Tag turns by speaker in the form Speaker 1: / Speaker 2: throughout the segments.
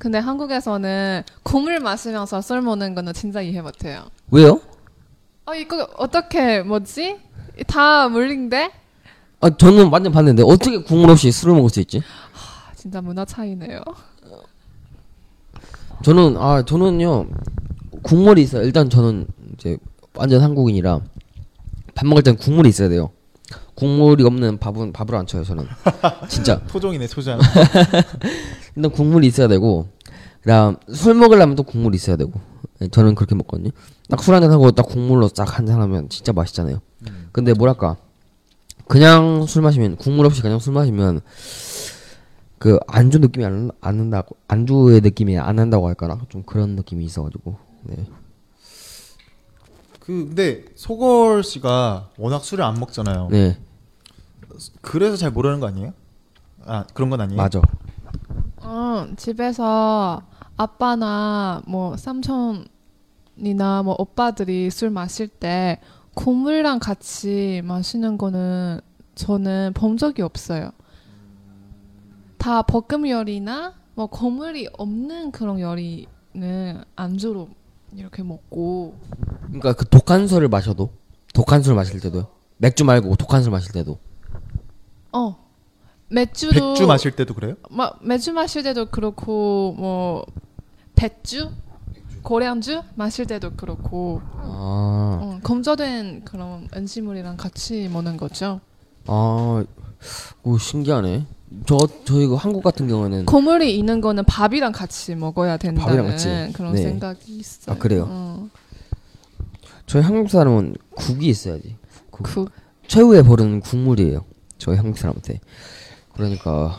Speaker 1: 근데 한국에서는 곰을 마시면서 술 먹는 거는 진짜 이해 못해요.
Speaker 2: 왜요?
Speaker 1: 어 이거 어떻게 뭐지? 다 물린데?
Speaker 2: 아 저는 완전 반대인데 어떻게 국물 없이 술을 먹을 수 있지?
Speaker 1: 아, 진짜 문화 차이네요.
Speaker 2: 저는 아 저는요 국물이 있어요. 일단 저는 이제 완전 한국인이라 밥 먹을 땐 국물이 있어야 돼요. 국물이 없는 밥은 밥을 안 쳐요 저는 진짜
Speaker 3: 토종이네 토종.
Speaker 2: 일단 국물이 있어야 되고 그다음 술 먹으려면 또 국물이 있어야 되고 예, 저는 그렇게 먹거든요 딱 술 한잔 하고 딱 국물로 딱 한잔 하면 진짜 맛있잖아요 근데 뭐랄까 그냥 술 마시면 국물 없이 그냥 술 마시면 그 안주 느낌이 안, 안 난다고 안주의 느낌이 안 난다고 할까나 좀 그런 느낌이 있어가지고 네
Speaker 3: 그 근데 소걸 씨가 워낙 술을 안 먹잖아요.
Speaker 2: 네,
Speaker 3: 그래서 잘 모르는 거 아니에요? 아 그런 건 아니에요.
Speaker 2: 맞아
Speaker 1: 어, 집에서 아빠나 뭐 삼촌이나 뭐 오빠들이 술 마실 때 콧물랑 같이 마시는 거는 저는 본 적이 없어요. 다 볶음 요리나 뭐 고물이 없는 그런 요리는 안주로 이렇게 먹고
Speaker 2: 그러니까 그 독한 술을 마셔도 독한 술 마실 때도 맥주 말고 독한 술 마실 때도
Speaker 1: 어 맥주도
Speaker 3: 백주 마실 때도 그래요?
Speaker 1: 마, 맥주 마실 때도 그렇고 뭐 배주 고량주 마실 때도 그렇고
Speaker 2: 아
Speaker 1: 응, 검조된 그런 음식물이랑 같이 먹는 거죠.
Speaker 2: 아, 오 신기하네. 저 저희 그 한국 같은 경우는
Speaker 1: 고물이 있는 거는 밥이랑 같이 먹어야 된다는
Speaker 2: 밥이랑 같이.
Speaker 1: 그런
Speaker 2: 네.
Speaker 1: 생각이 있어요.
Speaker 2: 아, 그래요?
Speaker 1: 응.
Speaker 2: 저희 한국 사람은 국이 있어야지. 국.
Speaker 1: 그
Speaker 2: 최후의 버릇은 국물이에요. 저희 한국 사람한테. 그러니까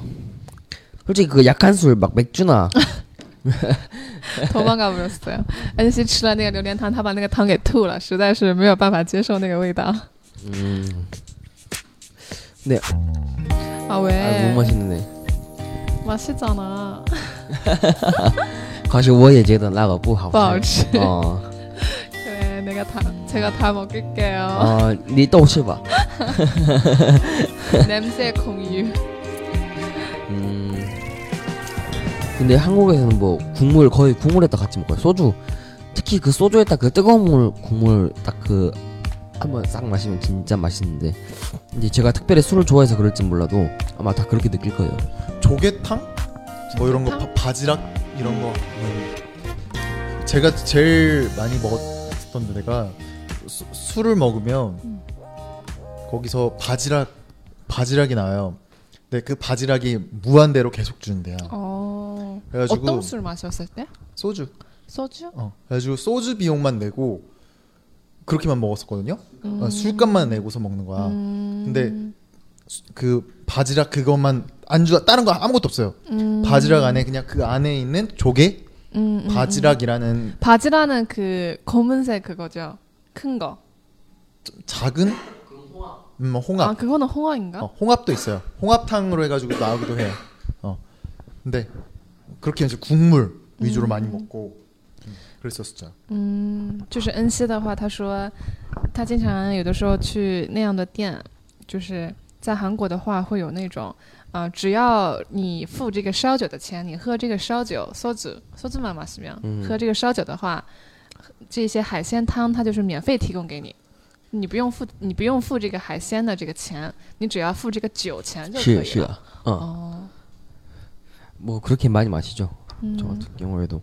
Speaker 2: 솔직히 그 약한 술 막 맥주나
Speaker 1: 도망가 버렸어요. NC 吃了那个榴莲糖，他把那个糖给吐了，实在是没有办法接受那个味道。啊
Speaker 2: 음. 네. 아,
Speaker 1: 왜?
Speaker 2: 너무 맛있는데.
Speaker 1: 맛있잖아.
Speaker 2: 可是我也觉得那个不好吃。
Speaker 1: 不好吃。
Speaker 3: 네.
Speaker 2: 어.
Speaker 1: 그래, 네, 내가 다 제가 다 먹을게요.
Speaker 2: 아, 你都吃吧.
Speaker 1: 냄새 공유.
Speaker 2: 음. 근데 한국에서는 뭐 국물 거의 국물에다 같이 먹어요. 소주 특히 그 소주에다 그 뜨거운 물 국물 딱 그 한번 싹 마시면 진짜 맛있는데 이제 제가 특별히 술을 좋아해서 그럴진 몰라도 아마 다 그렇게 느낄 거예요.
Speaker 3: 조개탕? 뭐 이런 거 바, 바지락 이런 거. 음. 제가 제일 많이 먹었던 데가 수, 술을 먹으면 거기서 바지락 바지락이 나와요. 근데 그 바지락이 무한대로 계속 주는데요.
Speaker 1: 어.
Speaker 3: 그래가지고
Speaker 1: 어떤 술 마셨을 때?
Speaker 3: 소주.
Speaker 1: 소주?
Speaker 3: 어. 그래가지고 소주 비용만 내고 그렇게만 먹었었거든요. 어, 술값만 내고서 먹는 거야.
Speaker 1: 음.
Speaker 3: 근데 수- 그 바지락 그것만 안주 다른 거 아무것도 없어요. 바지락 안에 그냥 그 안에 있는 조개
Speaker 1: 음, 음.
Speaker 3: 바지락이라는
Speaker 1: 바지라는 그 검은색 그거죠. 큰 거.
Speaker 3: 작은 음,
Speaker 1: 아
Speaker 3: 홍합
Speaker 1: 그거는 홍어인가?
Speaker 3: 어, 홍합도 있어요. 홍합탕으로 해가지고 나오기도 해요. 어. 근데 그렇게 이제 국물 위주로 많이 먹고 음, 그랬었죠.
Speaker 1: 嗯，就是恩熙的话，他说他经常有的时候去那样的店，就是在韩国的话会有那种啊、呃只要你付这个烧酒的钱，你喝这个烧酒，烧酒，烧酒妈妈是么样？
Speaker 2: 嗯
Speaker 1: 喝这个烧酒的话，这些海鲜汤它就是免费提供给你。你不用付，你不用付这个海鲜的这个钱，你只要付这个酒钱就可以了。
Speaker 2: 시야. 어. 뭐 그렇게 많이 마시죠. 저 같은 경우에도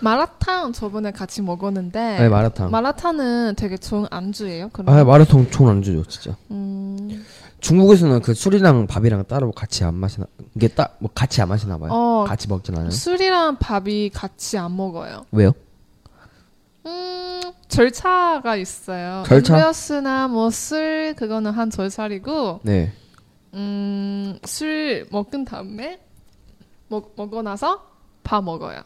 Speaker 1: 마라탕저번에같이먹었는데
Speaker 2: 네, 마라탕.
Speaker 1: 마라탕은 되게 좋은 안주예요. 그럼
Speaker 2: 아 마라탕 총안 주죠 진짜. 음. 중국에서는 그 술이랑 밥이랑 따로 같이 안 마시나 이게 딱 뭐 같이 안 마시나 봐요.
Speaker 1: 어.
Speaker 2: 같이 먹진 않아요.
Speaker 1: 술이랑 밥이 같이 안 먹어요.
Speaker 2: 왜요?
Speaker 1: 음, 절차가 있어요.
Speaker 2: 절차?
Speaker 1: 음료수나 뭐 술 그거는 한 절차이고
Speaker 2: 네.
Speaker 1: 음, 술 먹은 다음에 먹 먹고 나서 밥 먹어요.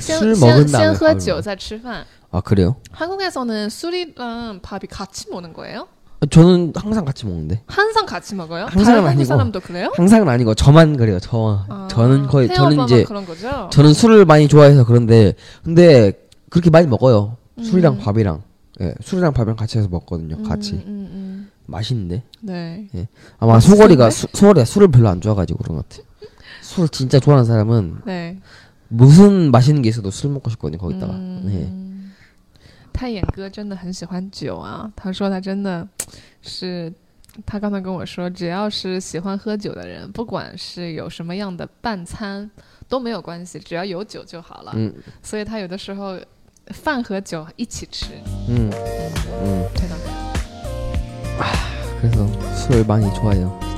Speaker 2: 술 먹은 다음에 밥을
Speaker 1: 先
Speaker 2: 먹어요.
Speaker 1: 喝酒再吃饭.
Speaker 2: 아 그래요?
Speaker 1: 한국에서는 술이랑 밥이 같이 먹는 거예요?
Speaker 2: 아, 저는 항상 같이 먹는데
Speaker 1: 항상 같이 먹어요?
Speaker 2: 항상은
Speaker 1: 다른 한국
Speaker 2: 아니고.
Speaker 1: 사람도 그래요?
Speaker 2: 항상은 아니고 저만 그래요. 저
Speaker 1: 아,
Speaker 2: 저는 거의
Speaker 1: 태연
Speaker 2: 저는
Speaker 1: 오빠만
Speaker 2: 이제
Speaker 1: 그런 거죠?
Speaker 2: 저는 술을 많이 좋아해서 그런데 근데
Speaker 1: 음.
Speaker 2: 그렇게 많이 먹어요. 술이랑 밥이랑 예 술이랑 밥이랑 같이 해서 먹거든요. 같이
Speaker 1: 음, 음, 음.
Speaker 2: 맛있는데
Speaker 1: 네.
Speaker 2: 아마 소거리가 수, 소거리가 술을 별로 안 좋아가지고 그런 것 같아. 술 진짜 좋아하는 사람은
Speaker 1: 네.
Speaker 2: 무슨 맛있는 게 있어도 술 먹고 싶거든요 거기다가.
Speaker 1: 음.
Speaker 2: 네.
Speaker 1: 嗯，泰眼哥真的很喜欢酒啊，他说他真的是，他刚才跟我说，只要是喜欢喝酒的人，不管是有什么样的伴餐都没有关系，只要有酒就好了。
Speaker 2: 嗯
Speaker 1: 所以他有的时候饭和酒一起吃，
Speaker 2: 음, 음.
Speaker 1: 제가
Speaker 2: 그래서 술을 많이 좋아해요.